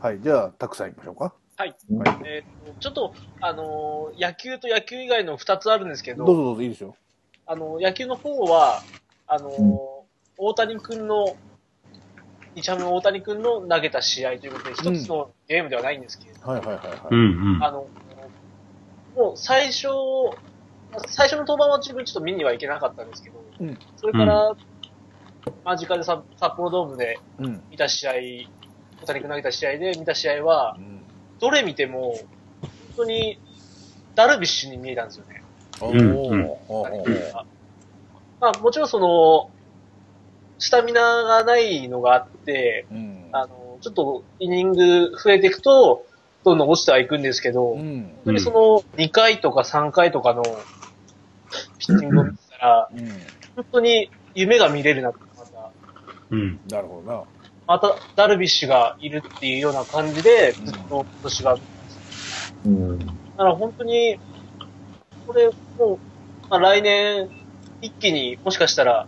はい、じゃあ、たくさん行きましょうか。はい。はえーとちょっと、あのー野球と野球以外の2つあるんですけどど、うぞどうぞ、いいですよ。あのー野球の方は、あのー大谷君の、日ハムの大谷君の投げた試合ということで、うん一つのゲームではないんですけれど、はいはいはいはい。うんうん。あのーもう最初、最初の登板は自分ちょっと見には行けなかったんですけど、うんそれから、間近で札札幌ドームでうん。見た試合、大谷君投げた試合で見た試合は、どれ見ても、本当に、ダルビッシュに見えたんですよね。おうんーうんおーおーまあ、もちろんその、スタミナがないのがあって、うんあの、ちょっとイニング増えていくと、どんどん落ちてはいくんですけど、う本ん。当にその2回とか3回とかのピッチングを見てたら、うん。本当に夢が見れるなって、また、うん。なるほどな。またダルビッシュがいるっていうような感じで、ずっと今年はうん。だから本当に、これもう、まあ、来年、一気にもしかしたら、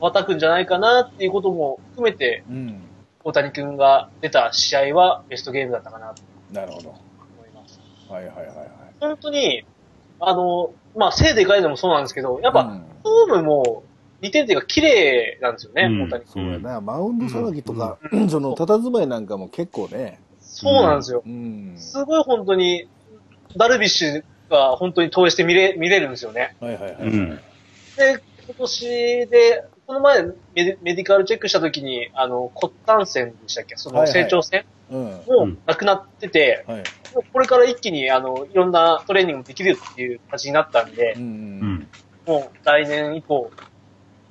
またくんじゃないかなっていうことも含めて、うん。大谷くんが出た試合はベストゲームだったかなとなるほど。思います。はいはいはいはい。本当に、あの、まあ、背でかいのもそうなんですけど、やっぱ、うんフォームも似てるっていうか綺麗なんですよね、うん大谷そうやな、マウンド騒ぎとか、その、佇まいなんかも結構ね。そうなんですよ。うん。すごい本当に、ダルビッシュが本当に投影して見れ、見れるんですよね。はいはいはうい。ん。で、今年で、この前メディメディカルチェックした時に、あの、骨端線でしたっけそはのいはい成長線うん。もうなくなってて、はい。もうこれから一気に、あの、いろんなトレーニングもできるっていう形になったんでう、。うんん。もう来年以降、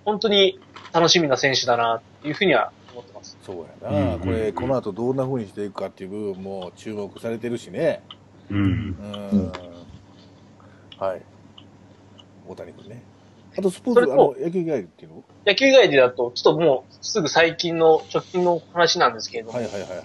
本当に楽しみな選手だな、っていうふうには思ってます。そうやな。うんこれ、この後どんな風にしていくかっていう部分も注目されてるしね。うん。うん。はい。大谷君ね。あと、スポそーれとツ、あの、野球以外っていうの野球以外でだと、ちょっともうすぐ最近の直近の話なんですけれども、はいはいはいはい。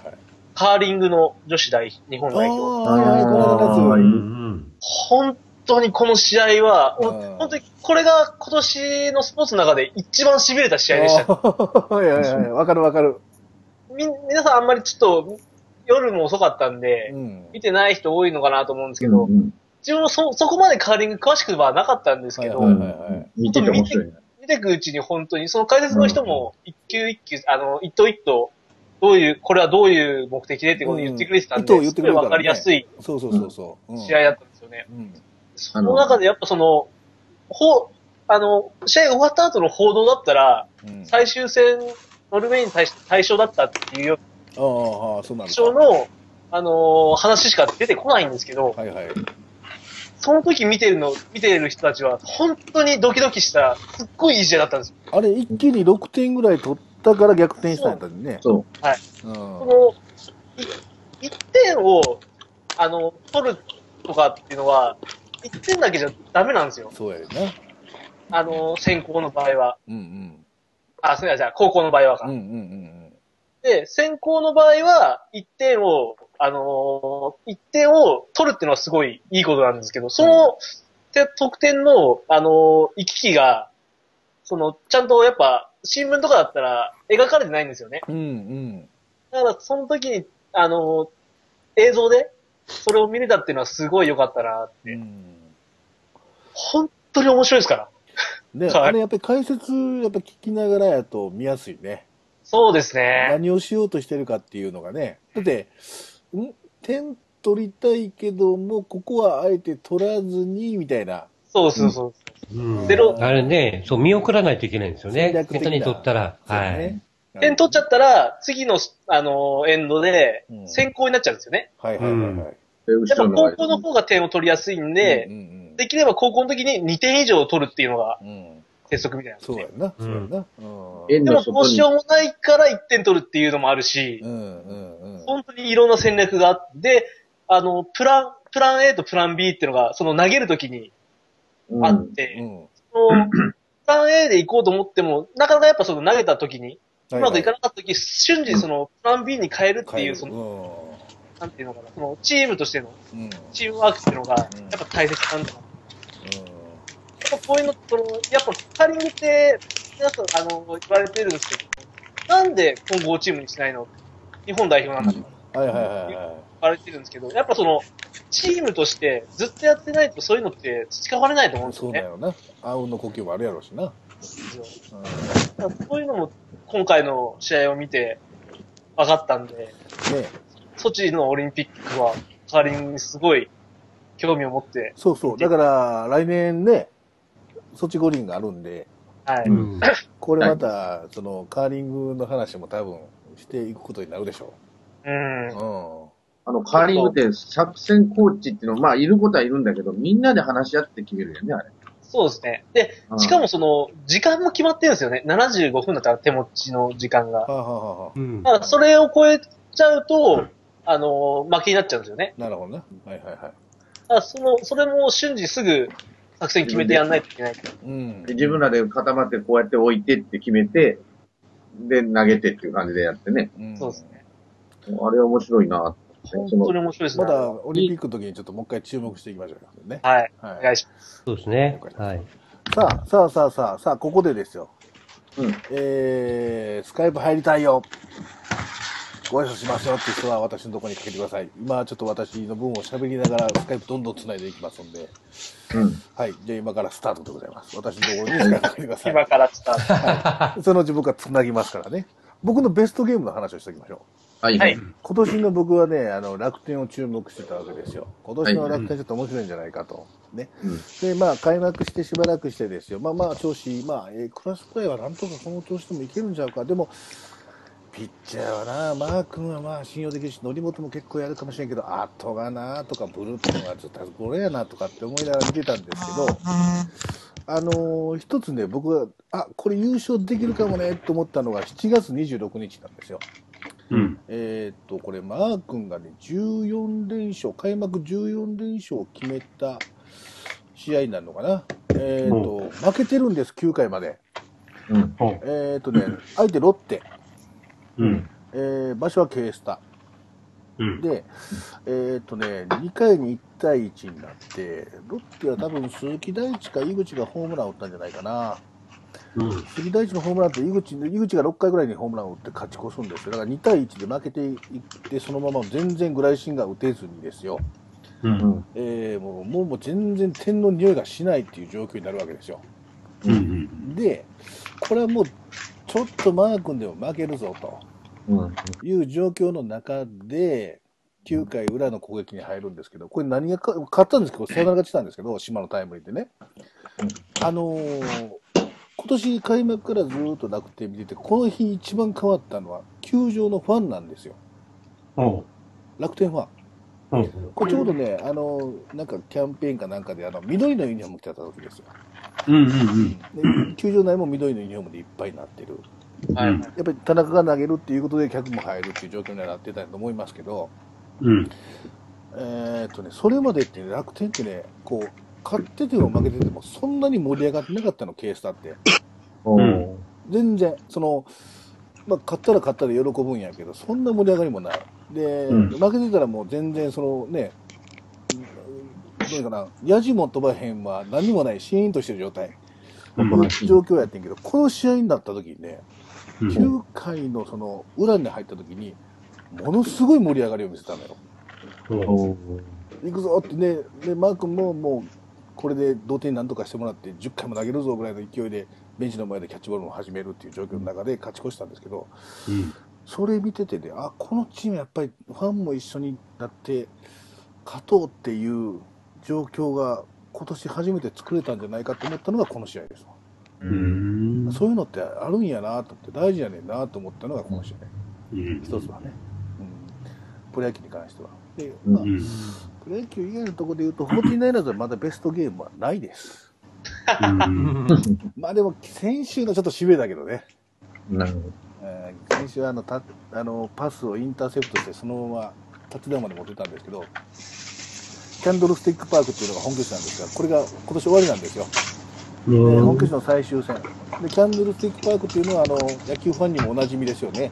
カーリングの女子代日本ああ代表。はいはい、このあ間ーのやうん。本当にこの試合は、うん本当にこれが今年のスポーツの中で一番痺れた試合でしつ。た。あー はいはいはい。わかるわかる。み、皆さんあんまりちょっと夜も遅かったんで、うん。見てない人多いのかなと思うんですけど、うん自分もそ、そこまでカーリング詳しくはなかったんですけど、はいはいはい見てて面白いね。見てくうちに本当に、その解説の人も一球一球、あの、一投一投、どういう、これはどういう目的でってことを言ってくれてたんで、うん一投言っすてくごいれるからねわかりやすいそうそうそうそう。うん試合だったんですよね。うん。その中でやっぱその、ほ、あの、試合終わった後の報道だったら、うん最終戦、ノルウェーに対して対象だったっていうよああああ、そううななるか。象の、あのー話しか出てこないんですけど、はいはい。その時見てるの、見てる人たちは、本当にドキドキした、すっごいいい試合だったんですよ。あれ、一気に6点ぐらい取ったから逆転したんやったんね。そうはい。うん。その、い1点を、あの、取るとかっていうのは、1点だけじゃダメなんですよ。そうやでな。あの、先行の場合は。うんあ、すみません、高校の場合はかうん。うん。うんうんで、先行の場合は、1点を、あのー、1点を取るっていうのはすごいいいことなんですけど、その、て得点の、あのー行き来が、その、ちゃんとやっぱ、新聞とかだったら描かれてないんですよね。うん。うんだから、その時に、あのー映像で、それを見れたっていうのはすごい良かったな。うん。うん本当に面白いですから。で、はいあれやっぱり解説、やっぱ聞きながらやと見やすいね。そうですね。何をしようとしてるかっていうのがね。だって、ん点取りたいけども、ここはあえて取らずに、みたいな。そうそうそう。うん。ゼロあれね、そう、見送らないといけないんですよね戦略。下的な手に取ったら。はい。そうね。点取っちゃったら、次の、あのーエンドでう、ん先行になっちゃうんですよね。はいはいはいはい。で後やっぱろ高校のの方が点を取りやすいんで、うんうんできれば高校の時に2点以上取るっていうのがうん、うん。鉄則みたいなんですそうねやんな。そうやんな。うん。円でのも、外どうしにようもないから1点取るっていうのもあるしう、んうんうん。本当にいろんな戦略があって、あの、プラン、プラン A とプラン B っていうのが、その投げる時にうんあっうて、ん。その、プラン A で行こうと思っても、なかなかやっぱその投げた時に、うまくいかなかった時、瞬時にその、プラン B に変えるっていう、その、の、なんていうのかな、その、チームとしての、うん。うん。チームワークっていうのが、やうんっぱ大切なんだなやっぱこういうの、その、やっぱカーリングって、皆さん、あの、言われてるんですけど、なんで混合チームにしないの日本代表なんだから。はいはいはいはい。われてるんですけど、やっぱその、チームとしてずっとやってないとそういうのって培われないと思うんですそようだね。よな。あうんの呼吸もあるやろうしな。うんだからそういうのも今回の試合を見て分かったんで、ねソチのオリンピックはカーリングにすごい興味を持って、そうそう。だから、来年ね、ソチ五輪があるんで、はい。うんうんこれまた、その、カーリングの話も多分、していくことになるでしょうんう。。うん。あの、カーリングって作戦コーチっていうの、まあ、いることはいるんだけど、みんなで話し合って決めるよね、あれ。そうですね。で、うんしかもその、時間も決まってるんですよね。75分だったら手持ちの時間が。はあ、はあはあはうんだからそれを超えちゃうと、あのー負けになっちゃうんですよね。あ、なるほどね。はいはいはい。だからその、それも瞬時すぐ作戦決めてやんないといけない。うん。で自分らで固まってこうやって置いてって決めて、で、投げてっていう感じでやってね。うんそうですね。あれは面白いなって、本ね。当そのに面白いですねま。だ、オリンピックの時にちょっともう一回注目していきましょうよね。はい。はおい。願いします。そうですね。はい。さあ、さあさあさあ、さあ、ここでですよ。うんえー、スカイプ入りたいよ。ご挨拶しますよって人は私のところにかけてください。今ちょっと私の分を喋りながらスカイプどんどん繋いでいきますんで。うん。はい。じゃあ今からスタートでございます。私のところにスカイプかけてくださ今い。からスタート。そのうち僕が繋ぎますからね。僕のベストゲームの話をしておきましょはい。はい。う。今年の僕はね、あの、楽天を注目してたわけですよ。今年の楽天ちょっと面白いんじゃないかと。ね。うんで、まあ、開幕してしばらくしてですよ。まあまあ、調子、まあ、えークラスプレーはなんとかこの調子でもいけるんちゃうか。でも、ピッチャーはな、マー君はまあ信用できるし、則本も結構やるかもしれんけど、あとがなとか、ブルートンがちょっとこれやなとかって思いながら見てたんですけど、あのー一つね、僕は、あ、これ優勝できるかもねと思ったのが7月26日なんですよ。うん。えーっと、これ、マー君がね、14連勝、開幕14連勝を決めた試合になるのかな。えーっと、負けてるんです、9回まで。うん。えーっとね、相手ロッテ、うん。えー場所はケースタ。うん。で、えーっとね、2回に1対1になって、ロッテは多分鈴木大地か井口がホームランを打ったんじゃないかな。うん。杉大地のホームランって井口、井口が6回ぐらいにホームランを打って勝ち越すんですよ。だから2対1で負けていって、そのまま全然グライシンが打てずにですよ。う。うんん。えーもう、もうもう全然点の匂いがしないっていう状況になるわけですよ。うん。で、これはもう、ちょっとマー君でも負けるぞとうん。いう状況の中で、9回裏の攻撃に入るんですけど、これ何がか、勝ったんですけど、サヨナラ勝ちたんですけど、島のタイムリーでね。あのー今年開幕からずーっと楽天見てて、この日一番変わったのは、球場のファンなんですよ。おう。楽天ファン。うん。これちょうどね、あのーなんかキャンペーンかなんかで、あの、緑のユニフォーム着てた時ですよ。うん。うん。で球場内も緑のユニフォームでいっぱいになってる。はい。うんやっぱり田中が投げるっていうことで客も入るっていう状況にはなってたと思いますけど、うん。えーっとね、それまでって楽天ってね、こう、勝ってても負けててもそんなに盛り上がってなかったの、ケースだって。おうんー全然、その、まあ、勝ったら勝ったら喜ぶんやけど、そんな盛り上がりもない。で、うん負けてたらもう全然、そのね、どういうかな、やじも飛ばへんは何もない、シーンとしてる状態、うんこの状況やってんけど、この試合になった時にね、うん。 9回のその裏に入った時に、ものすごい盛り上がりを見せたのよ。おうおー行くぞってね、で、マー君ももう、これで同点なんとかしてもらって、10回も投げるぞぐらいの勢いで、ベンチの前でキャッチボールも始めるっていう状況の中で勝ち越したんですけど、うん。それ見ててね、あ、このチームやっぱりファンも一緒になって、勝とうっていう状況が今年初めて作れたんじゃないかと思ったのがこの試合です。うん。そういうのってあるんやなと思って、大事やねんなと思ったのがこの試合。うん。一つはね。うん。プロ野球に関しては。で、うんまあう、ん。プロ野球以外のところで言うと、フォーティナイナーズはまだベストゲームはないです。うん。まあでも、先週のちょっとしびれだけどね。なるほど。えー先週はあのたあのパスをインターセプトしてそのままタッチダウンまで持ってたんですけどキャンドルスティックパークっていうのが本拠地なんですがこれが今年終わりなんですよ、えー本拠地の最終戦でキャンドルスティックパークっていうのはあの野球ファンにもおなじみですよね、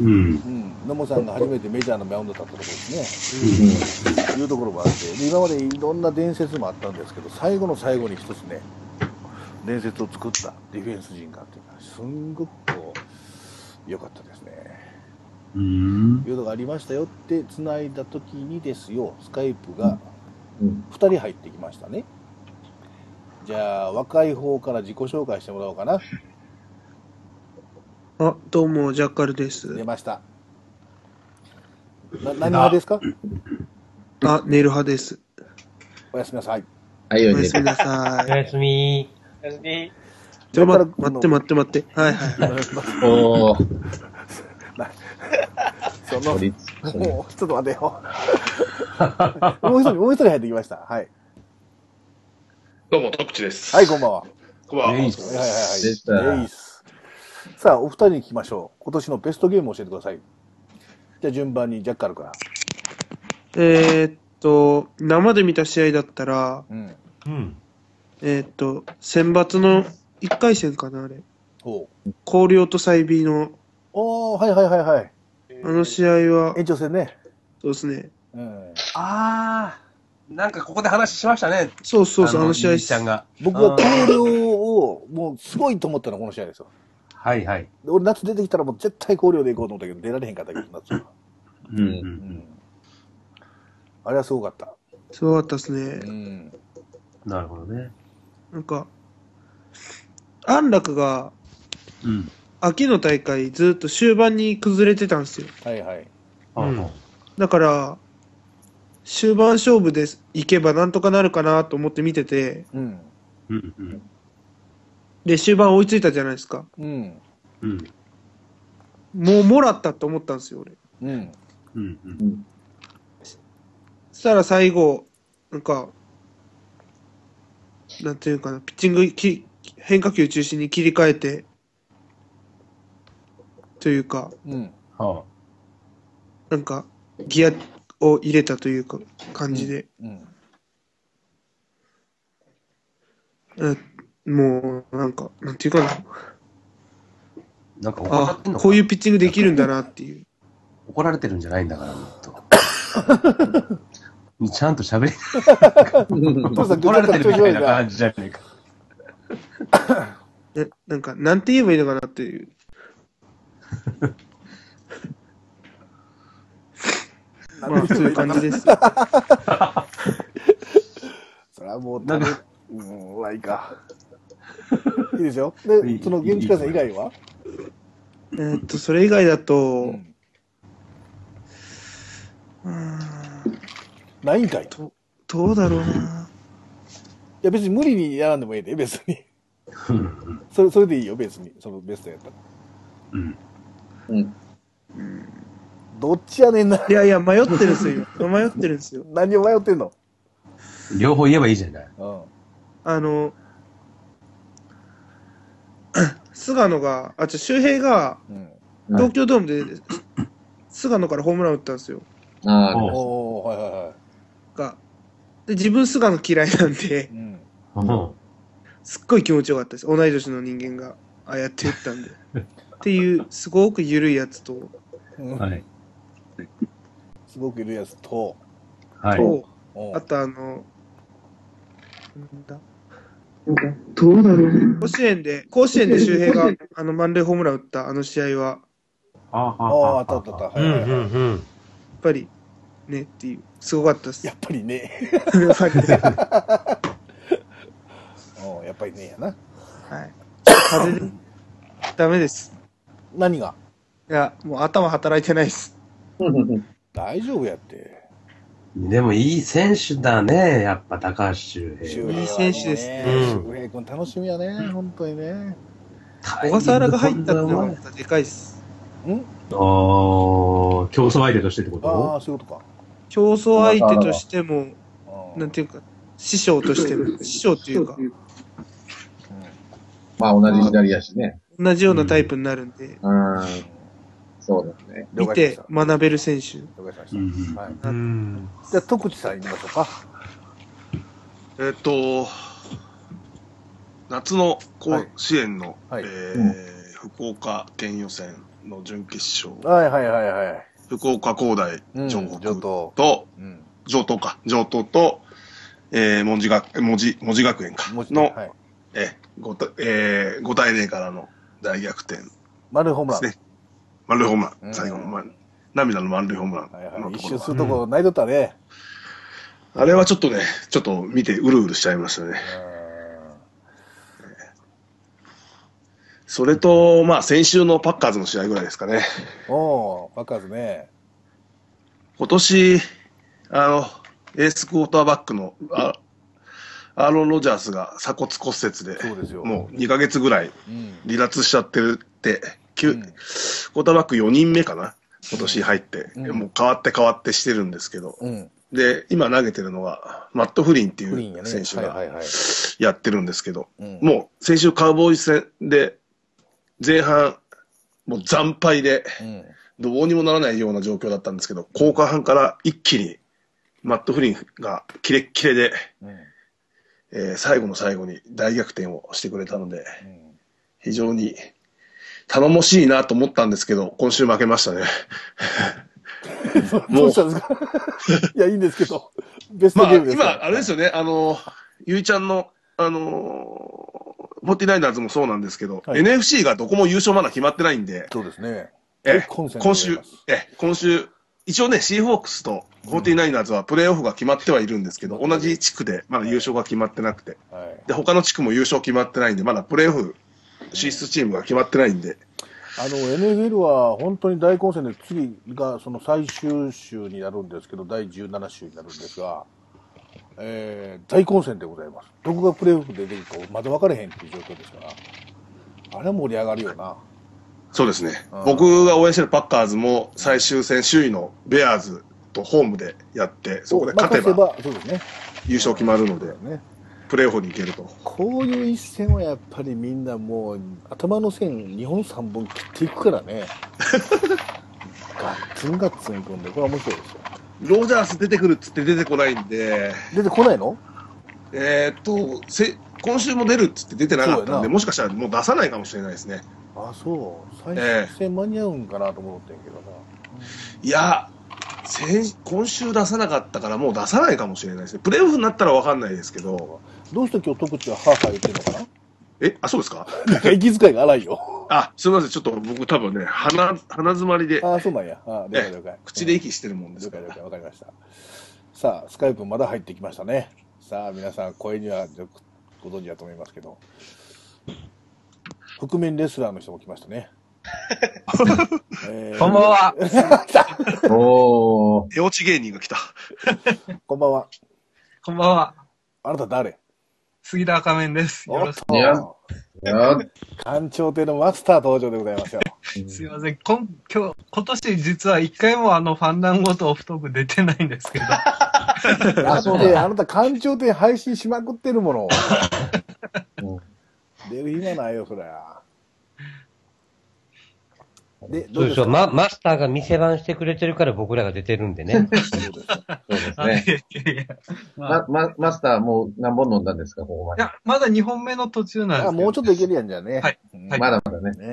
うん。うん、野茂さんが初めてメジャーのマウンドに立ったところですうねいうところもあってで今までいろんな伝説もあったんですけど最後の最後に一つね伝説を作ったディフェンス陣があってすんごくこう良かったですねうん。いうのがありましたよって繋いだ時にですよ、スカイプがうん。 2人入ってきましたね。じゃあ、若い方から自己紹介してもらおうかな。あ、どうも、ジャッカルです出。ました。な何派ですかあ、ネイル派です。おやすみなさい。はい、よおやねす。みなさおい。やすみ。に ちょ、ま、だから待って待って待って。はいはい。おー、そのこれもう、ちょっと待てよ。 もう一人、もう一人入ってきました。はい。どうも、トクチです。はい、こんばんは。はこんばんは。レイいはいはいはい。でしたレイスさあ、お二人に聞きましょう。今年のベストゲームを教えてください。じゃあ順番にジャッカルから。えーっと、生で見た試合だったら、うん。うん。えーっと、選抜の1回戦かな、あれ。ほう。広陵とサイビーの、おー、はいはいはいはい。あの試合は、延長戦ね。そうですね。うん。あー、なんかここで話しましたね。そうそうそう、あの試ゆ合りちゃんが。僕はあー東陵を、もうすごいと思ったのはこの試合ですよ。はいはい。で俺夏出てきたらもう絶対広陵で行こうと思ったけど、出られへんかったけど、夏は。う。うんん。あれはすごかった。すごかったですねう。ん。なるほどね。なんか、安楽が、うん。秋の大会ずっと終盤に崩れてたんですよ。はいはい。うん。だから、終盤勝負で行けばなんとかなるかなと思って見てて、うん。うん。うん。で、終盤追いついたじゃないですか。うん。うん。もうもらったと思ったんですよ、俺。うん。うん。そしたら最後、なんか、なんていうかな、ピッチングき、変化球中心に切り替えて、というか、うん。はなんか、ギアを入れたというか、感じで、うん。えもう、なんか、なんていうかな、あ、なんか怒られあてんの、かこういうピッチングできるんだなっていう。怒られてるんじゃないんだから、もっと。ちゃんと喋り、父さん怒られてるみたいな感じじゃねえか。ななんか、なんて言えばいいのかなっていう。まあ、そういう感じです。それはもう、なんかうん、まあいいか。いいですよ。で、その現地観戦以外はえーっと、それ以外だうと、んうーん、ないんかい。いどうだろうな。や、別に無理にやらんでもええで、別に。それ、それでいいよ、別に。そのベストやったら。うん。うん。どっちやねんな。いやいや、迷ってるんですよ、今迷ってるんですよ。何を迷ってんの両方言えばいいじゃない。うん。あの、 菅野が、あ、じゃ周平が、うん。はい東京ドームで、菅野からホームラン打ったんですよ。あ ー、おおー、はいはいはが、で、自分菅野嫌いなんでい。、うん。うん。すっごい気持ちよかったです。同い年の人間が、ああやって打ったんで。っていう、すごく緩いやつと、うんはい。すごくいるやつと、はい。と、うんあとあの、なんだどうだろう甲子園で、甲子園で周平が、あの、満塁ホームラン打ったあの試合は、ああああ、あったあったあった。うはんいはういはいんうん。やっぱり、ね、っていう、すごかったですや。っぱりね。やっぱりはうん、やっぱりねやな。い。風邪で、ダメです。何がいや、もう頭働いてないです。大丈夫やって。でもいい選手だね、やっぱ高橋周平。いいい選手ですねね。うん周平君楽しみやね、本当にね。小笠原が入ったっていうのがまたでかいです。うんああ、競争相手としてってこあとあ、そういうことか。競争相手としても、あーなんていうか、師匠としても、師匠というか、まあ、同じ左足ね。同じようなタイプになるんで、うん。そうですね。了見解してまし学べる選手。た。了解しうましんた。はい。うん。じゃあ、徳地さん行きましょうか。えっと、夏の甲子園の、はいえはいー福岡県予選の準決勝、はいはいはいはい。福岡工大うん、城上北等。と、うん。上東か、上東と、えー、文字学、文字、文字学園か、もちろん。の、はい。えー、5対、えー、5対0からの大逆転で丸ホームラすン。ね。丸ホームうラんン、最後の、まあ、涙の満塁ホームランはいはのい、と一ころ周がするとこないとったね。あれはちょっとね、ちょっと見てうるうるしちゃいましたね。それと、まあ先週のパッカーズの試合ぐらいですかね。うん、おー、バカーズね。今年、あの、エースクォーターバックのあアーロン・ロジャースが鎖骨骨折で、そうですよ。もう2ヶ月ぐらいうん。離脱しちゃってるって、きゅうんクォーターバック4人目かな、今年入って、うんもう変わって変わってしてるんですけど、うん。で、今投げてるのが、マット・フリンっていグリーンやうね。選手はいはがいはい。やってるんですけど、うんもう先週カウボーイズ戦で、前半、もう惨敗で、うん。どうにもならないような状況だったんですけど、後半から一気にマット・フリンがキレッキレで、うん。えー最後の最後に大逆転をしてくれたので、うん非常に頼もしいなと思ったんですけど、今週負けましたね。どうしたんですか いや、いいんですけど。ベストまあ、ゲームです。今、あれですよね、あの、ゆいちゃんの、あのー、フォーティナイナーズもそうなんですけど、はい NFC がどこも優勝まだ決まってないんで、そうですね。え混戦で今ござい週ます、え今週、一応ね、シーホークスとフォーティナイナーズはプレーオフが決まってはいるんですけど、同じ地区でまだ優勝が決まってなくて、はい。で、他の地区も優勝決まってないんで、まだプレーオフ進出チームが決まってないんで、あの、NFL は本当に大混戦で、次がその最終週になるんですけど、第17週になるんですが、えー、大混戦でございます。どこがプレーオフで出てくるか、まだ分かれへんっていう状況ですから、あれは盛り上がるよな。そうですねうん。僕が応援してるパッカーズも最終戦首位のベアーズとホームでやって、そこで勝てばまあそうですね。優勝決まるのそうだでよ、ね。プレーオフに行けると。こういう一戦はやっぱりみんなもう頭の線2本3本切っていくからね ガッツンガッツンいくんでこれは面白いですよロジャース出てくるっつって出てこないんで、出てこないのえーっと、せ今週も出るっつって出てなかっそうたやんなで、もしかしたらもう出さないかもしれないですね。あそう最ええ終戦間に合うんかなと思ってんけどな、いや、先今週出さなかったから、もう出さないかもしれないですね。プレーオフになったら分かんないですけど、どうして今日徳地はハーハー言ってんのかえ、あ、そうですかななんか 息遣いが荒いよあ、すみません、ちょっと僕、多分ね、鼻鼻詰まりで、ああそうなんやあ了解了解口でうん息してるもんです了か解ら了。解わかりましたさあスカイプまだ入ってきましたねさあ皆さん声にはよくご存知だと思いますけど覆面レスラーの人も来ました ね、えーこんばんは。手落ち芸人が 来た。 こんばんはこんばんは。あなた誰杉田赤面です。よおろっしとややっ官庁亭のマスター登場でございますよく。すいません。こん今日、今年実は一回もあのファンダンゴとオフトーク出てないんです けど。だってあなた官庁亭配信しまくってるも の出る暇ないよそりゃでどそううでですすよ。かま、マスターが店番してくれてるから僕らが出てるんで ね。そうですかそうですあいやね。いやいや。まあま、ま、マスターもう何本飲んだんですか、ここまいで。や、まだ2本目の途中なんですけど。あもうちょっといけるやんじゃあね、はいうんはいまだまだね。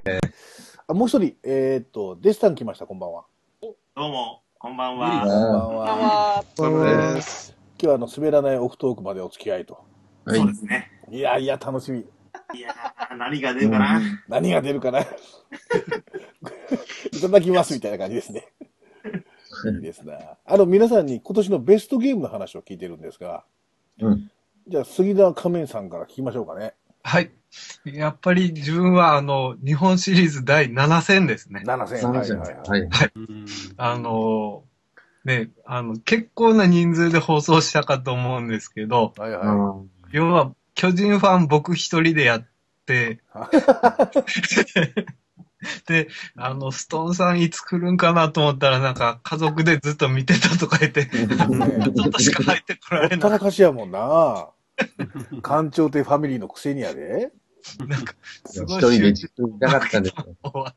あもう一人、えーっと、デスタン来ました、こんばんは。どうも、こんばんあは。あこんばんこは。は。そうです。今日はあの、滑らないオフトークまでお付き合いと。はそうで。いすね。いやいや、楽しみ。いやー、何が出るかな。何が出るかな。い ただきます、みたいな感じですね。いいですな。あの、皆さんに今年のベストゲームの話を聞いてるんですが、うんじゃあ、杉田仮面さんから聞きましょうかね。はい。やっぱり自分はあの、日本シリーズ第7戦ですね。 7000すいませんはいはいは。はいい。あの、ね、あの、結構な人数で放送したかと思うんですけど、はいあはの要は巨人ファン僕一人でやって、で、あの、ストーンさんいつ来るんかなと思ったらなんか家族でずっと見てたとか言って、ちい。ねょっとしか入ってこらほ れなったい。らかしやもんな。 官庁亭ファミリーのくせにやで。すご一人いで集じ中っと見たかったんですよ。終わっ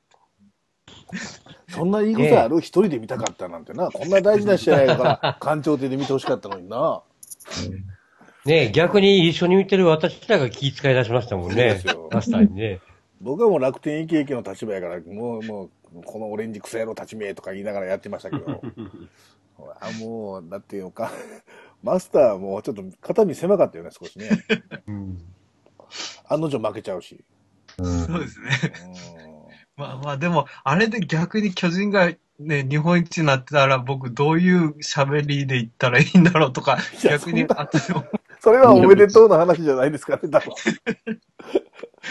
そんないいことある一人で見たかったなんてな。こんな大事な試合やから、官庁亭で見てほしかったのにな。ねえ逆に一緒に見てる私らが気遣い出しましたもんねそうですよ。マスターにね。僕はもう楽天イケイケの立場やから、もう、もう、このオレンジクソ野郎たちめとか言いながらやってましたけど。あ、もう、だっていうか、 マスターもうちょっと肩身狭かったよね、少しね。案の定負けちゃうし。うんそうですね。うんまあまあでも、あれで逆に巨人がね、日本一になってたら僕どういう喋りで行ったらいいんだろうとか、逆に後で思それはおめでとうの話じゃないですかね、だろ。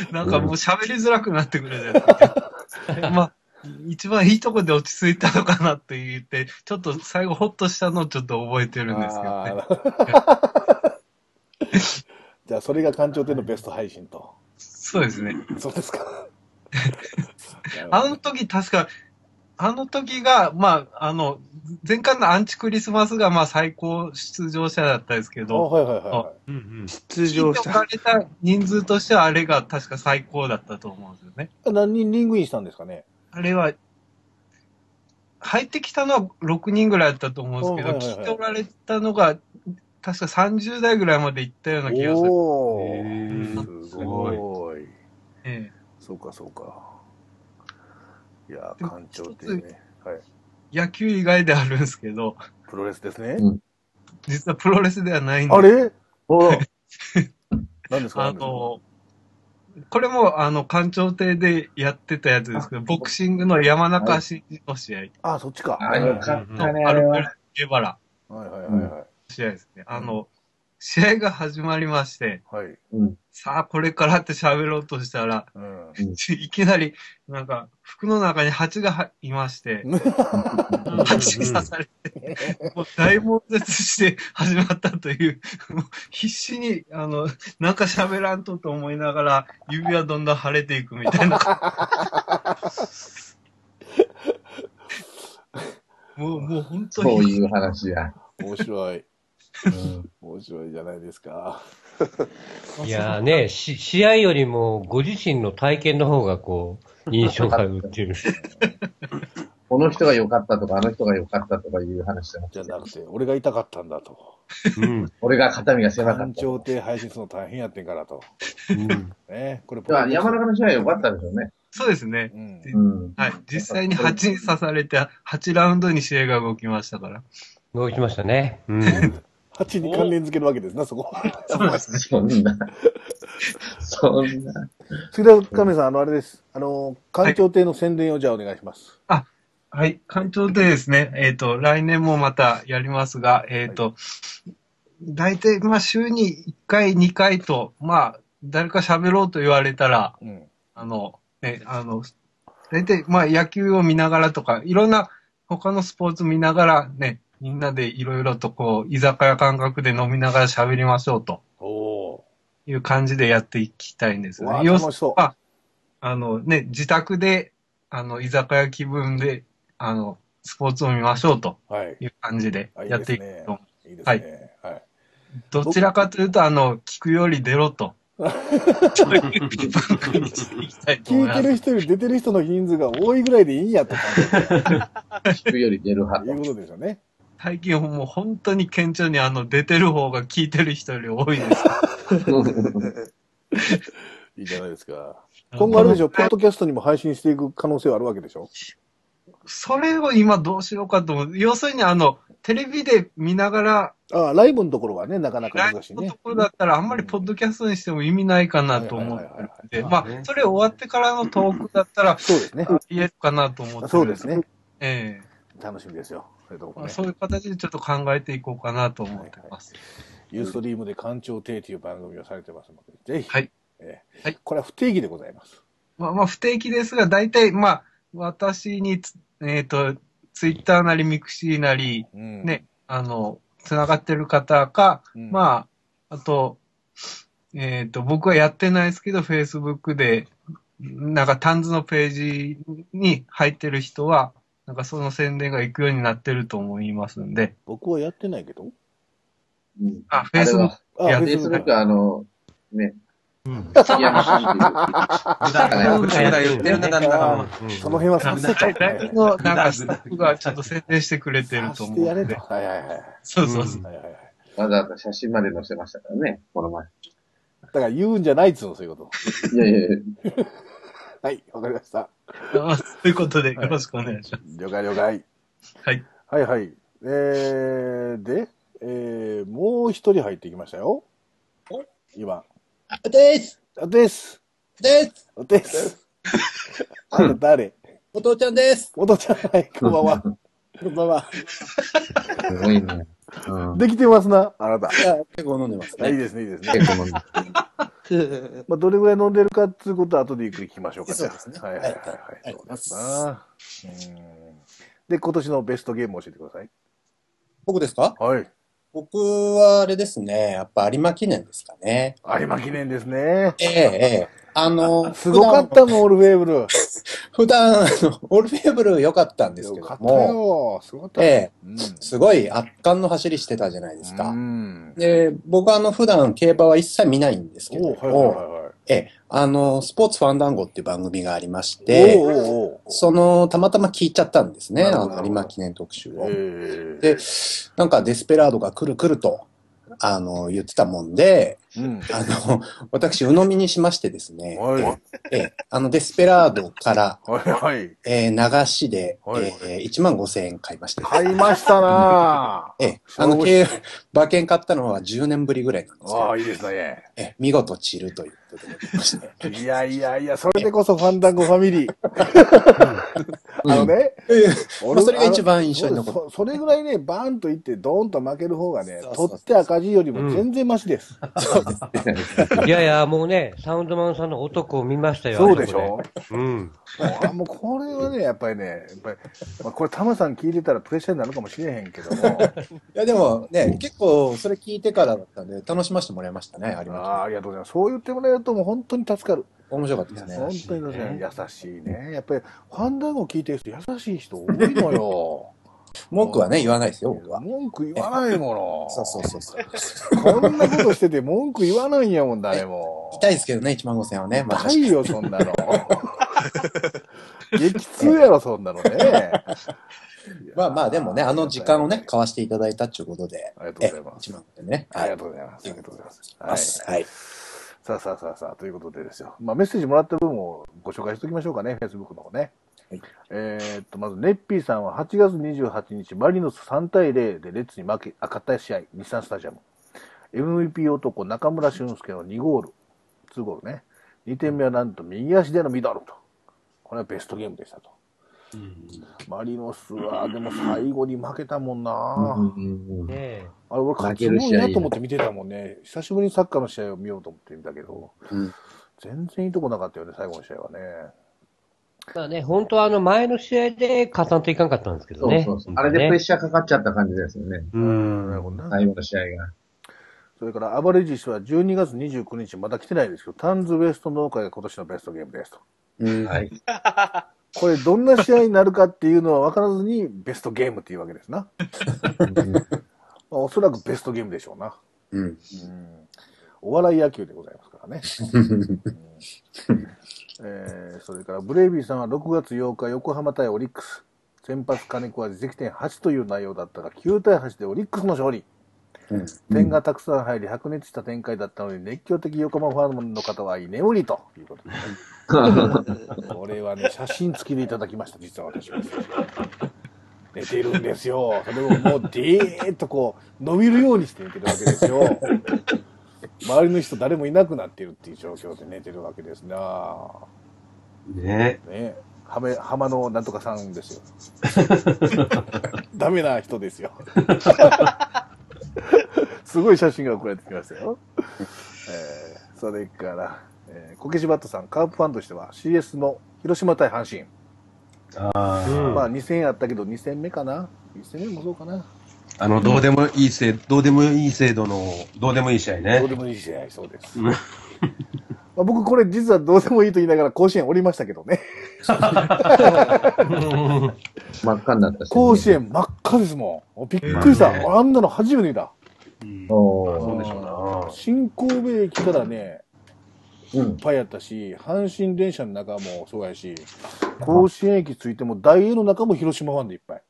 う、なんかもう喋りづらくなってくるじゃないですか。まあ、一番いいとこで落ち着いたのかなって言って、ちょっと最後ホッとしたのをちょっと覚えてるんですけどね。 じゃあ、それが館長でのベスト配信と。そうですね。そうですか。あの時確か、あの時が、まあ、あの、前回のアンチクリスマスが、まあ、最高出場者だったんですけど、あはいはいはいは出場者。置かれた人数としては、あれが確か最高だったと思うんですよね。何人リングインしたんですかね。あれは、入ってきたのは6人ぐらいだったと思うんですけど、おはいはいはい来ておられたのが、確か30代ぐらいまで行ったような気がする。おー、すごいごい。ええそうか、そうか。いやー、館長ってね。はい。野球以外であるんですけど、プロレスですね。実はプロレスではないんですあれあら何ですかあの、これも、あの、官庁亭でやってたやつですけど、ボクシングの山中慎二の試合。あ、そっちか。あ、よかったね。アルバルゲバラ。はいはいはいはい。試合ですね。あの、試合が始まりまして、はい。さあ、これからって喋ろうとしたら、 いきなり、なんか、服の中に蜂がはいまして、 蜂に刺されて、 もう大悶絶して 始まったという、もう必死に、あの、なんか喋らんとと思いながら、指はどんどん腫れていくみたいな。 もう、もう本当に。そういう話や。面白い。面白いじゃないですか。いやーね、し試合よりもご自身の体験の方がこう、印象が浮いてる。この人が良かったとか、あの人が良かったとかいう話じゃなくて。俺が痛かったんだと。俺が肩身が狭かっ官庁亭配信するの大変やってんからと。ね、これた。だから山中の試合は良かったでしょうね。そうですね。ではい。実際に蜂に刺されて、8ラウンドに試合が動きましたから。動きましたね。うん。蜂に関連付けるわけですな、そ こ。そうですね。 そんな。そんな。杉田亀さん、あの、あれです。あの、官庁亭の宣伝をじゃあお願いします。はい、館長でですね、えっ、と、来年もまたやりますが、えっ、と、大体、まあ、週に1回、2回と、まあ、誰か喋ろうと言われたら、あの、ね、あの、大体、まあ、野球を見ながらとか、いろんな、他のスポーツ見ながら、ね、みんなでいろいろとこう、居酒屋感覚で飲みながら喋りましょうと。いう感じでやっていきたいんですようわね。ー楽しそう要するにまああのね、自宅で、あの、居酒屋気分で、あの、スポーツを見ましょうという感じでやっていくと。いいですはね。い。はい。どちらかというと、あの、聞くより出ろと。そういう番組にしていきたいと思い聞まいてるす。人より出てる人の人数が多いぐらいでいいんやと。聞くより出る派 と。いうことですよね。最近もう本当に顕著にあの、出てる方が聞いてる人より多いです。 いいじゃないですか。 今後あれでしょ、ポッドキャストにも配信していく可能性はあるわけでしょそれを今どうしようかと思う。要するにあの、テレビで見ながら、ああ、ライブのところはね、なかなか難しいね。これだったらあんまりポッドキャストにしても意味ないかなと思ってるんで、まあ、それ終わってからのトークだったら、そうですね。言えるかなと思ってるんそうですね。え楽しみですよ。そういうとえこね。そういう形でちょっと考えていこうかなと思ってます。ユーストリームで官庁亭という番組をされてますので、ぜひ。はい。ええこれは不定期でございます。まあ、まあ、不定期ですが、大体、まあ、私につ、えっ、と、ツイッターなり、ミクシーなり、ね、あの、つながってる方か、まあ、あと、えっ、と、僕はやってないですけど、Facebook で、なんか、タンズのページに入ってる人は、なんかその宣伝が行くようになってると思いますんで。僕はやってないけど。あ、あれ Facebook は、フやっェてイスブッるクあの、ね。杉山さんっていうその辺はさ せ大体の、なんか、スタッフがちゃんと宣伝してくれてると思うんで。はいはいはい。そうそうそう。わざわざ写真まで載せましたからね、この前。だから言うんじゃないっつうの、そういうこいやいやいや。と。はい、わかりました。あということで、よろしくお願いします。了解了解。はい。はいはい。えー、で、えー、もう一人入ってきましたよ。今。ですですですですあんた誰お父ちゃんです。お父ちゃん、はい、こんばんは。こんばんは。すごいね。できてますな、あなた。いや、結構飲んでますね。いいですね、いいですね。結構飲んでまあ、どれぐらい飲んでるかっていうことは後でゆっくり聞きましょうか。そうですねはいはいはいはいはい。そうですな。うんで、今年のベストゲームを教えてください。僕ですかはい。僕はあれですね、やっぱ有馬記念ですかね。有馬記念ですね。ええええ。あの、すごかったもん、オールフェーブル。普段、あのオールフェーブル良かったんですけども、もう、すごかった。ええすごい圧巻の走りしてたじゃないですか。で、僕はあの、普段競馬は一切見ないんですけども、ええ、あの、スポーツファンダンゴっていう番組がありまして、おうおうおうその、たまたま聞いちゃったんですね、なるあほどの、有馬記念特集を。で、なんかデスペラードが来る来ると、あの、言ってたもんで、うん。あの、私、鵜呑みにしましてですね、ええ、あの、デスペラードから、えー流しで、えー、1万5千円買いました。買いましたな ええ、あの、経営馬券買ったのは10年ぶりぐらいなんですけどああ、いいですね。ええ、見事散るということでございまして。いやいやいや、それでこそファンダンゴファミリー。あのね、まあそれが一番印象に残るる。それぐらいね、バーンといって、ドーンと負ける方がね、取って赤字よりも全然マシです。いやいや、もうね、サウンドマンさんの男を見ましたよ。そうでしょあそこでうん。あもうこれはね、やっぱりね、やっぱり、まあ、これ、タマさん聞いてたらプレッシャーになるかもしれへんけ ども、いや、でもね、結構、それ聞いてからだったんで、楽しませてもらいましたね、有馬記あありがとうございます。そう言ってもらえると、もう本当に助かる。面白かったですね。本当に優しいね。やっぱり、ファンダンゴ聞いてる人、優しい人多い のよ。文句はね、言わないですよ、僕は。文句言わないもそうそうそうそう。の。こんなことしてて文句言わないんやもん、誰も。痛いですけどね、1万5千円はね。まあないよ、そんなの。激痛やろ、そんなのね。まあまあ、でもね、あの時間をね、交わしていただいたっていうことで。ありがとうございます。 1万5千円ね。ありがとうございます。ありがとうございはまいす。はい。さあさあさあさあ、ということでですよ。まあメッセージもらった分をご紹介しておきましょうかね、Facebook の方ね。えーっと、まず、ネッピーさんは8月28日、マリノス3対0でレッツに負け、赤った試合、日産スタジアム。MVP 男、中村俊輔の2ゴール、2ゴールね。2点目はなんと右足でのミドルと。これはベストゲームでしたと。マリノスは、でも最後に負けたもんな。ねあれ、俺、勝負つけるもん試合やと思って見てたもんね。久しぶりにサッカーの試合を見ようと思って見たけど、全然いいとこなかったよね、最後の試合はね。まあね、本当はあの前の試合で勝たんといかんかったんですけどね。そうそうそうあれでプレッシャーかかかっちゃった感じですよね。うん。最後の試合が。それから、暴れ獅子は12月29日、まだ来てないですけど、タンズウエスト農会が今年のベストゲームですと。はい。これ、どんな試合になるかっていうのは分からずに、ベストゲームっていうわけですな。まあおそらくベストゲームでしょうな。うん。お笑い野球でございますからね。えーそれからブレイビーさんは6月8日横浜対オリックス先発金子は自責点8という内容だったが9対8でオリックスの勝利、点がたくさん入り白熱した展開だったのに熱狂的横浜ファンの方は居眠りということでこれはね写真付きでいただきました実は私は寝てるんですよそれをもうデーッとこう伸びるようにして寝てるわけですよ周りの人誰もいなくなっているっていう状況で寝てるわけですなねねはめ浜のなんとかさん ですよ。ダメな人です よ。すごい写真が送られてきましたよ。えーそれから、えー、こけしバットさん、カープファンとしては CS の広島対阪神。あーまあ2戦あったけど2戦目かな。1戦目もそうかな。あの、どうでもいい制どうでもいい制度の、どうでもいい試合ね。どうでもいい試合、そうです。 まあ、僕これ実はどうでもいいと言いながら甲子園おりましたけどね。真っ赤になったし、甲子園真っ赤ですもん。びっくりした。うんあんなの初めて見た。そそうでしょうな。新神戸駅からね、いっぱいやったし、阪神電車の中もそうやし、甲子園駅着いても、大英の中も広島ファンでいっぱい。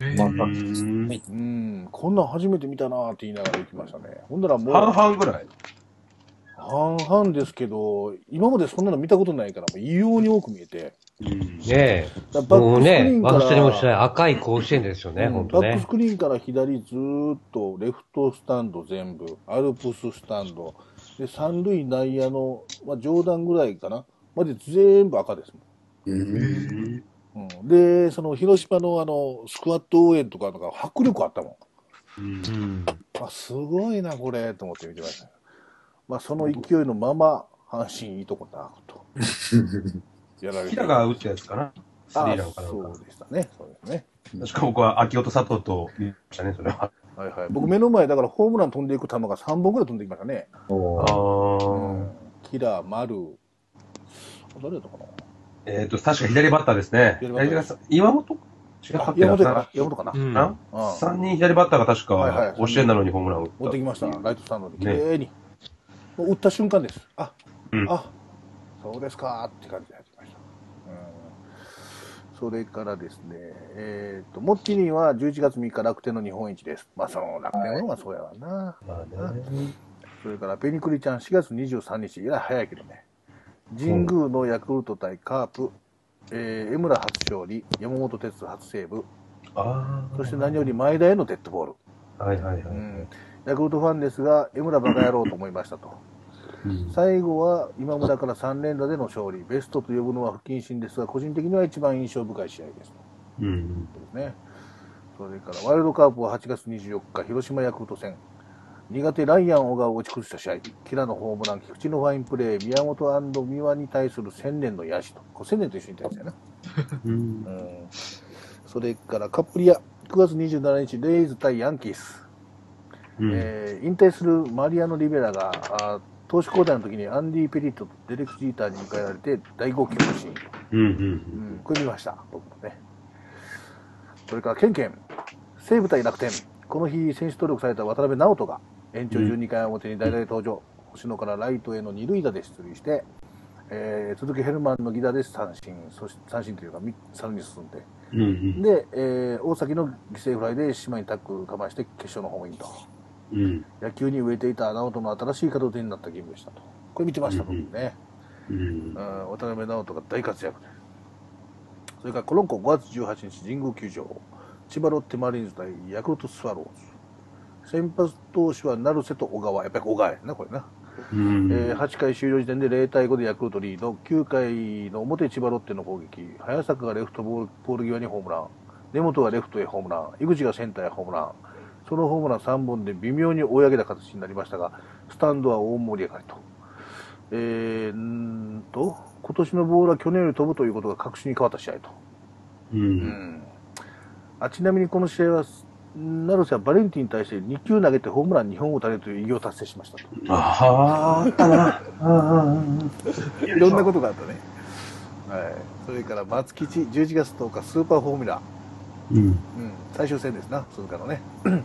うん、こんなん初めて見たなーって言いながら行きましたね。ほんならもう。半々ぐらい半々ですけど、今までそんなの見たことないから、もう異様に多く見えて。ねえ。バックスクリーンからもうね、忘れもしない赤い甲子園ですよね、うん本バ当ックスね。クリーンから左ずーっとレフトスタンド全部アルプススタンドで三塁内野の、まあ、上段ぐらいかなまで全部赤ですもん、うんで、その広島のあのスクワット応援とかのが迫力あったもん。あすごいな、これ、と思って見てました。まあ、その勢いのまま、阪神いいとこな くと。やられてキラが打ったやつかなスリーランかあなんか。そうでしたね。そうですね。確か僕は秋元佐藤と言いましたね、それは。はいはい。僕、目の前、だからホームラン飛んでいく球が3本ぐらい飛んできましたね。キラー、丸。あ誰だったかなえっと、確か左バッターですね。左バッターです左が岩本違ったっけあな岩本かな岩本かなうんうん三人左バッターが確はいはいか、教えなのにホームランを打った。持ってきました。ライトスタンドに。綺ね麗に。もう打った瞬間です。あ、うんあ、そうですかって感じで入ってきました。うん、それからですね、えっ、と、モッチーニは11月3日楽天の日本一です。まあ、その楽天はまあそうやわな。それから、ペニクリちゃん4月23日、いや、早いけどね。神宮のヤクルト対カープ、えー、江村初勝利、山本哲人初セーブ、あそして何より前田へのデッドボール。あ、はいはいはい。うんヤクルトファンですが、江村バカ野郎と思いましたと。最後は今村から3連打での勝利、ベストと呼ぶのは不謹慎ですが、個人的には一番印象深い試合です。うん。ね。それから、ワイルドカープは8月24日、広島ヤクルト戦。苦手ライアン・小川を打ち崩した試合。キラのホームラン、菊池のファインプレー、宮本三輪に対する千年の野手と。これ千年と一緒にいたやつやな。うんそれから、カップリア、9月27日、レイズ対ヤンキース。えー引退するマリアノ・リベラが、あー投手交代の時にアンディ・ペリットとデレク・ジーターに迎えられて大号泣のシーン。うんうん、これ見ました、僕もね。それから、ケンケン、西武対楽天、この日、選手登録された渡辺直人が、延長12回表に代打で登場、星野からライトへの二塁打で出塁して、えー続きヘルマンの犠打で三振、そし三振というか、み三塁に進んで、うんうん。で、えー大崎の犠牲フライで島にタックルかまして決勝のホームインと、うん。野球に植えていた直人の新しい門出になったゲームでしたと、これ見てました、僕もね。うん。うん渡辺直人が大活躍です。それからコロンコ5月18日、神宮球場、千葉ロッテマリーンズ対ヤクルトスワローズ。先発投手は成瀬と小川、やっぱり小川やな、これな。うん。えー8回終了時点で0対5でヤクルトリード、9回の表、千葉ロッテの攻撃、早坂がレフトボールポール際にホームラン、根本がレフトへホームラン、井口がセンターへホームラン、そのホームラン3本で微妙に追い上げた形になりましたが、スタンドは大盛り上がりと。えー、うーんと、今年のボールは去年より飛ぶということが確信に変わった試合と。うん。あちなみにこの試合は、成瀬はバレンティンに対して2球投げてホームラン2本打たれるという偉業を達成しましたと。あはあったな。いろんなことがあったね。はい。それから松吉、11月10日、スーパーフォーミュラー。うん。うん。最終戦ですな、鈴鹿の ね。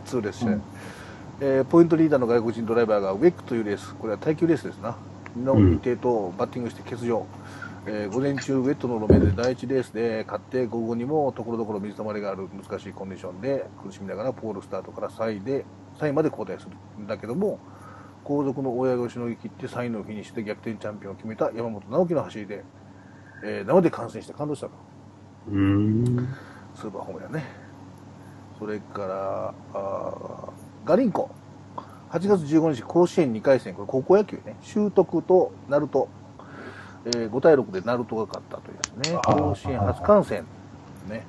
ツーレース試合。えーポイントリーダーの外国人ドライバーがウェックというレース、これは耐久レースですな。の認定とバッティングして欠場。えー午前中、ウェットの路面で第1レースで勝って、午後にもところどころ水たまりがある難しいコンディションで苦しみながらポールスタートから3位で、3位まで交代するんだけども、後続の大矢をしのぎ切って3位のフィニッシュで逆転チャンピオンを決めた山本直樹の走りで、えー生で観戦して感動したと。うん。スーパーホームランね。それから、あーガリンコ。8月15日、甲子園2回戦。これ高校野球ね。習得と鳴門。えー5対6で鳴門が勝ったというですね。甲子園初観戦。ね。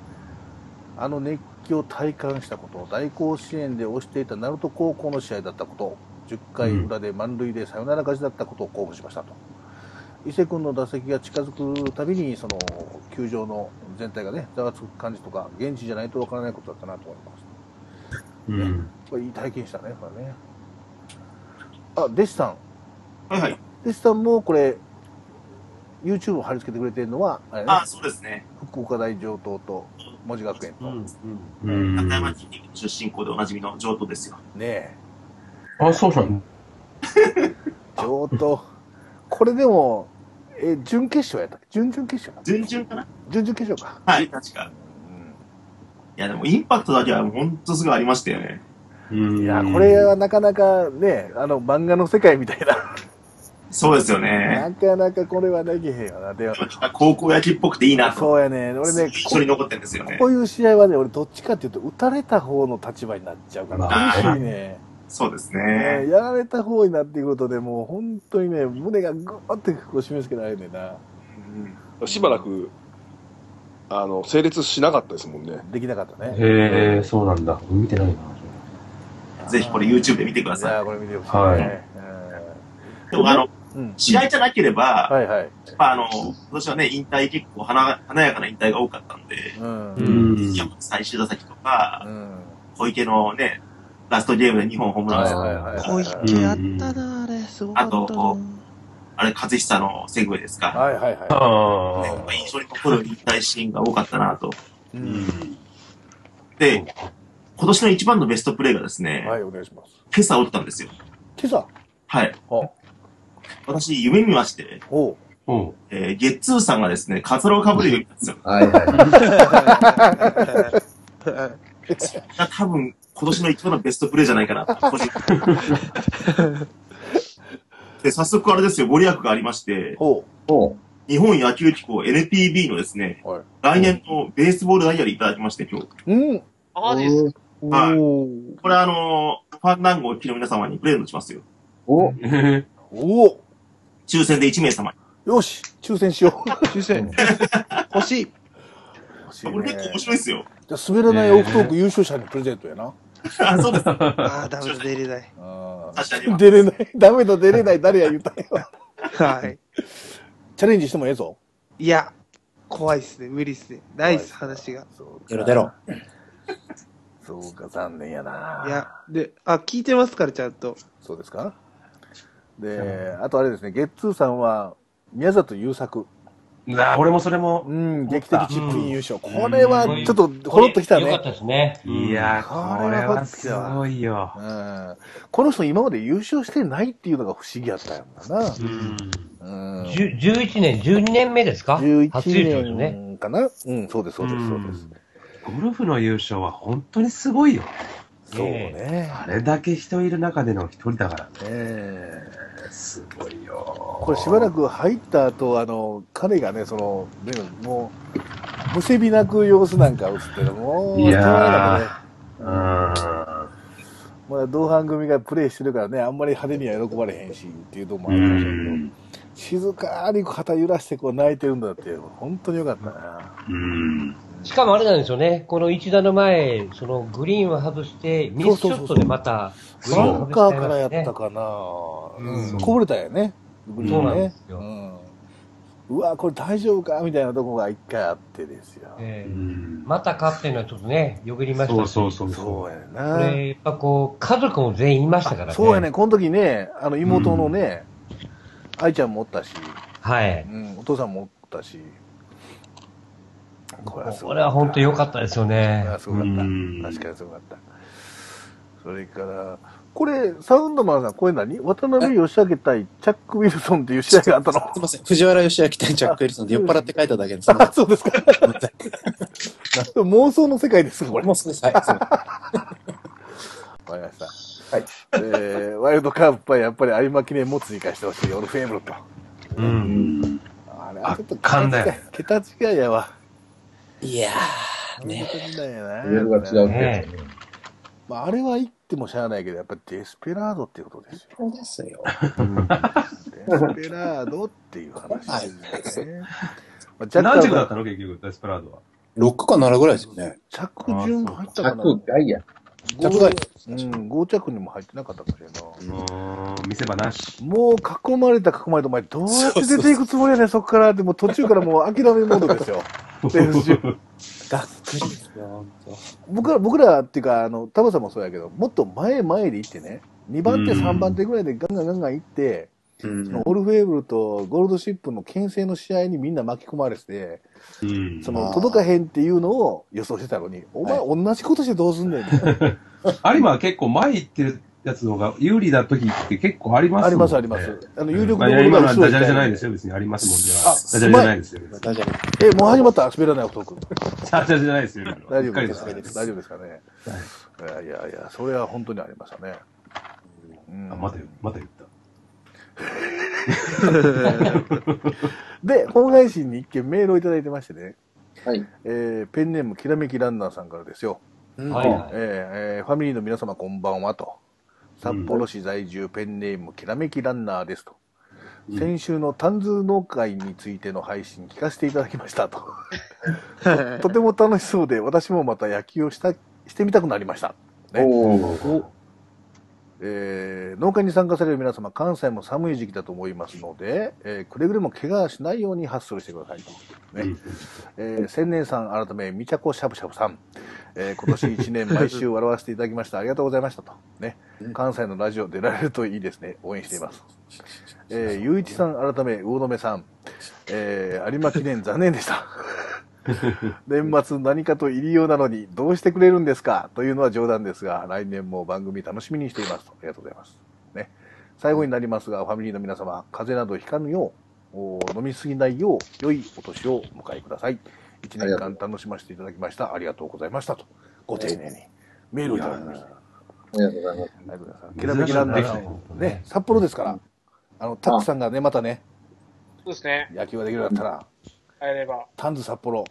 あの熱気を体感したこと。大甲子園で推していた鳴門高校の試合だったこと。10回裏で満塁でサヨナラ勝ちだったことを公務しましたと。伊勢君の打席が近づくたびに、その球場の全体がね、ざわつく感じとか、現地じゃないとわからないことだったなと思います。うん。これ、いい体験したね、これね。あ、弟子さん。はいはい。弟子さんもこれ、YouTube を貼り付けてくれてるのは、あれねあ、そうですね。福岡大上等と文字学園と。中山筋肉出身校でおなじみの上等ですよ。ねあ、そうなんえ、上等。これでも、え、準決勝やった準々決勝準々かな準々決勝か。はい、確か。いや、でもインパクトだけはほんとすごいありましたよね。いや、これはなかなかね、あの漫画の世界みたいな。そうですよね。なかなかこれはできへんよな。で高校野球っぽくていいなと。そうやね。俺ね、一緒に残ってるんですよね。こういう試合はね、俺どっちかっていうと、打たれた方の立場になっちゃうから、まあ苦しいね。そうですねね。やられた方になっていくことでもう本当にね、胸がぐーってこう締め付けられるねんな。しばらく、あの成立しなかったですもんねできなかったねへえ、そうなんだ。見てないな。ぜひこれ YouTube で見てください。これ見てほしいねはいでもあの、うん試合じゃなければ、はいはい。やっぱあの、今年はね、引退結構華華やかな引退が多かったんで、うん山口最終打席とか、小池のね、ラストゲームで2本ホームラン打つはいはいはい小池あったな、あれ、すあと、こうあれ、勝久のセグウェイですか。はいはいはい。ねまあ印象に残る引退シーンが多かったなと。で、今年の一番のベストプレーがですね、はい、お願いします。今朝起きたんですよ。今朝はい。私、夢見まして、えーゲッツーさんがですね、カツラをかぶる夢見たんですよ。 多分、今年の一番のベストプレーじゃないかなと個人的にで、早速あれですよ、ご利益がありまして、日本野球機構 NPB のですね、来年のベースボールダイヤリーいただきまして、今日。うん。マジですかはい。これあのーファンダンゴをお聞きの皆様にプレゼントしますよ。おお抽選で1名様に。よし、抽選 しよう。抽 選。欲しい。欲しい、これ結構面白いですよ。じゃあ滑らないオフトーク優勝者にプレゼントやな。あ、そうです。ああ、ダメだ、出れない。出れない。ダメだ、出れない。誰や言ったんや。はい。チャレンジしてもええぞ。いや、怖いっすね、無理っすね。ないっす、話が。出ろ出ろ。そうか、残念やな。いや、で、あ、聞いてますから、ちゃんと。そうですかで、あとあれですね、ゲッツーさんは、宮里優作。あ俺もそれも。うん、劇的チップイン優勝。これは、ちょっと、ほろっときたね。よかったですね。いやー、これはすごいよ。うん。この人今まで優勝してないっていうのが不思議やったんだな。うん。じゅ11年、12年目ですか初優勝ですね。年かなうん、そうです、そうです、そうです。ゴルフの優勝は本当にすごいよ。そうね。あれだけ人いる中での一人だからね。えすごいよ。これしばらく入った後、あの、彼がね、その、ね、もう、むせび泣く様子なんか映ってる。もう、いやーたまらなくね。うん。まだ同伴組がプレイしてるからね、あんまり派手には喜ばれへんし、っていうとこもあるかもしれないけど、静かに肩揺らしてこう泣いてるんだって、本当によかったな。しかもあれなんですよね、この一打の前、そのグリーンを外して、ミスショットでまた、グリーバンをンカ外しーてからやったかな、うんこぼれたよね、グリーンがそうなんねで。うんうわ、これ大丈夫かみたいなとこが一回あってですよ。ええまた勝っていうのはちょっとね、よぎりましたそうそうそうそうやねんこな。れ、やっぱこう、家族も全員いましたからね。そうやね、この時ね、あの妹のね、愛ちゃんもおったし、はい。うん、お父さんもおったし、これはすごこいれは本当良かったですよね。すごかった。確かにすごかった。それから、これ、サウンドマンさん、これ何渡辺義明対チャック・ウィルソンっていう試合が あったのすみません。藤原義明対ジャック・エリソンで酔っ払って書いただけです。そうです か。妄想の世界ですか、これ。妄想です。はい。 わかりました。はい。えー、ワイルドカープはやっぱり有馬記念も追加してほしい。オルフェーブルと。うん。あれ、あちょっとかんだよ桁違い桁違いやわ。いやー、ね。だよなレベルが違うってやつねまあ、あれは言ってもしゃあないけど、やっぱりデスペラードっていうことですよ。そうですよ。デスペラードっていう話ですよね。まあジャッカル何着だったの結局、デスペラードは。 6か7ぐらいですよね。着順入ったかな着外や。着外うん、5着にも入ってなかったかもしれんな見せ場なし。もう囲まれた囲まれた、お前どうやって出ていくつもりやねん、そこから。でも途中からもう諦めモードです よ。練習 がっくりですよ、本当。僕ら、僕らっていうか、あの、タバさんもそうやけど、もっと前前で行ってね、2番手、うん3番手ぐらいでガンガンガンガン行って、うんそのオルフェーブルとゴールドシップの牽制の試合にみんな巻き込まれて、その届かへんっていうのを予想してたのに、お前同じことしてどうすんねんみたいな。有馬は結構前行ってるやつの方が有利な時って結構ありますもんね。ありますありますあの有力どこまろあがいや今のは後ろダにジャ行っレじゃなたよねいですよ、別にありますもんね。あダジャレじゃないですよ。大丈夫。え、もう始まった滑らないオフトーク。ダジャレじゃないですよ、今のは大丈夫うですっかかりねです大丈夫ですかね。い、やいやいや、それは本当にありましたね。うんあ、まだよ、まだ言った。で、本配信に一件メールをいただいてましてね。はい。えーペンネームきらめきランナーさんからですよ。うんはいはいえーえーファミリーの皆様こんばんはと。札幌市在住ペンネームきらめきランナーですと。先週のタンズ農会についての配信聞かせていただきましたと。ととても楽しそうで、私もまた野球をしたしてみたくなりました。ね、えー農会に参加される皆様、関西も寒い時期だと思いますので、えーくれぐれも怪我はしないように発送してくださいと。ねえー千年さん、改め、みちゃこしゃぶしゃぶさん、えー今年1年毎週笑わせていただきました。ありがとうございましたと。ね、関西のラジオ出られるといいですね。応援しています。えー、ゆういちさん、改め、魚留さん、えー有馬記念残念 でした。年末何かと入りようなのにどうしてくれるんですかというのは冗談ですが、来年も番組楽しみにしていますと。ありがとうございます。ね。最後になりますが、ファミリーの皆様、風邪などひかぬよう、お飲みすぎないよう、良いお年をお迎えください。一年間楽しませていただきました。ありがとうございましたと。ご丁寧にメールをいただきました。ありがとうございます。ありがとうございます。きらめきランナーのね、札幌ですから、あの、タックさんがね、またね、そうですね。野球ができるようになったら、入れば。タンズ札幌、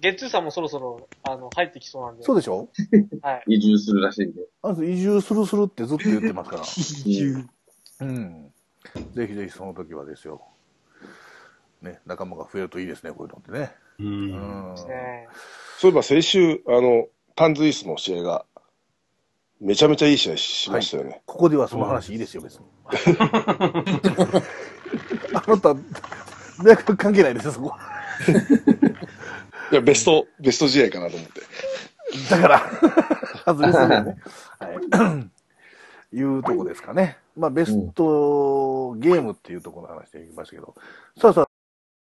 ゲッツーさんもそろそろ、あの、入ってきそうなんで。そうでしょはい。移住するらしいんで。あと移住するするってずっと言ってますから。 移住。うん。ぜひぜひその時はですよ。ね、仲間が増えるといいですね、こういうのってね。うん。そういえば先週、あの、タンズイースの試合が、めちゃめちゃいい試合しましたよね。ここではその話いいですよ、別に。 あなた、大学関係ないですよ、そこは。いや、ベスト、ベスト試合かなと思って。だから、外れすぎるね。はい。いうとこですかね。まあ、ベストゲームっていうところの話でいきましたけど。さあさあ、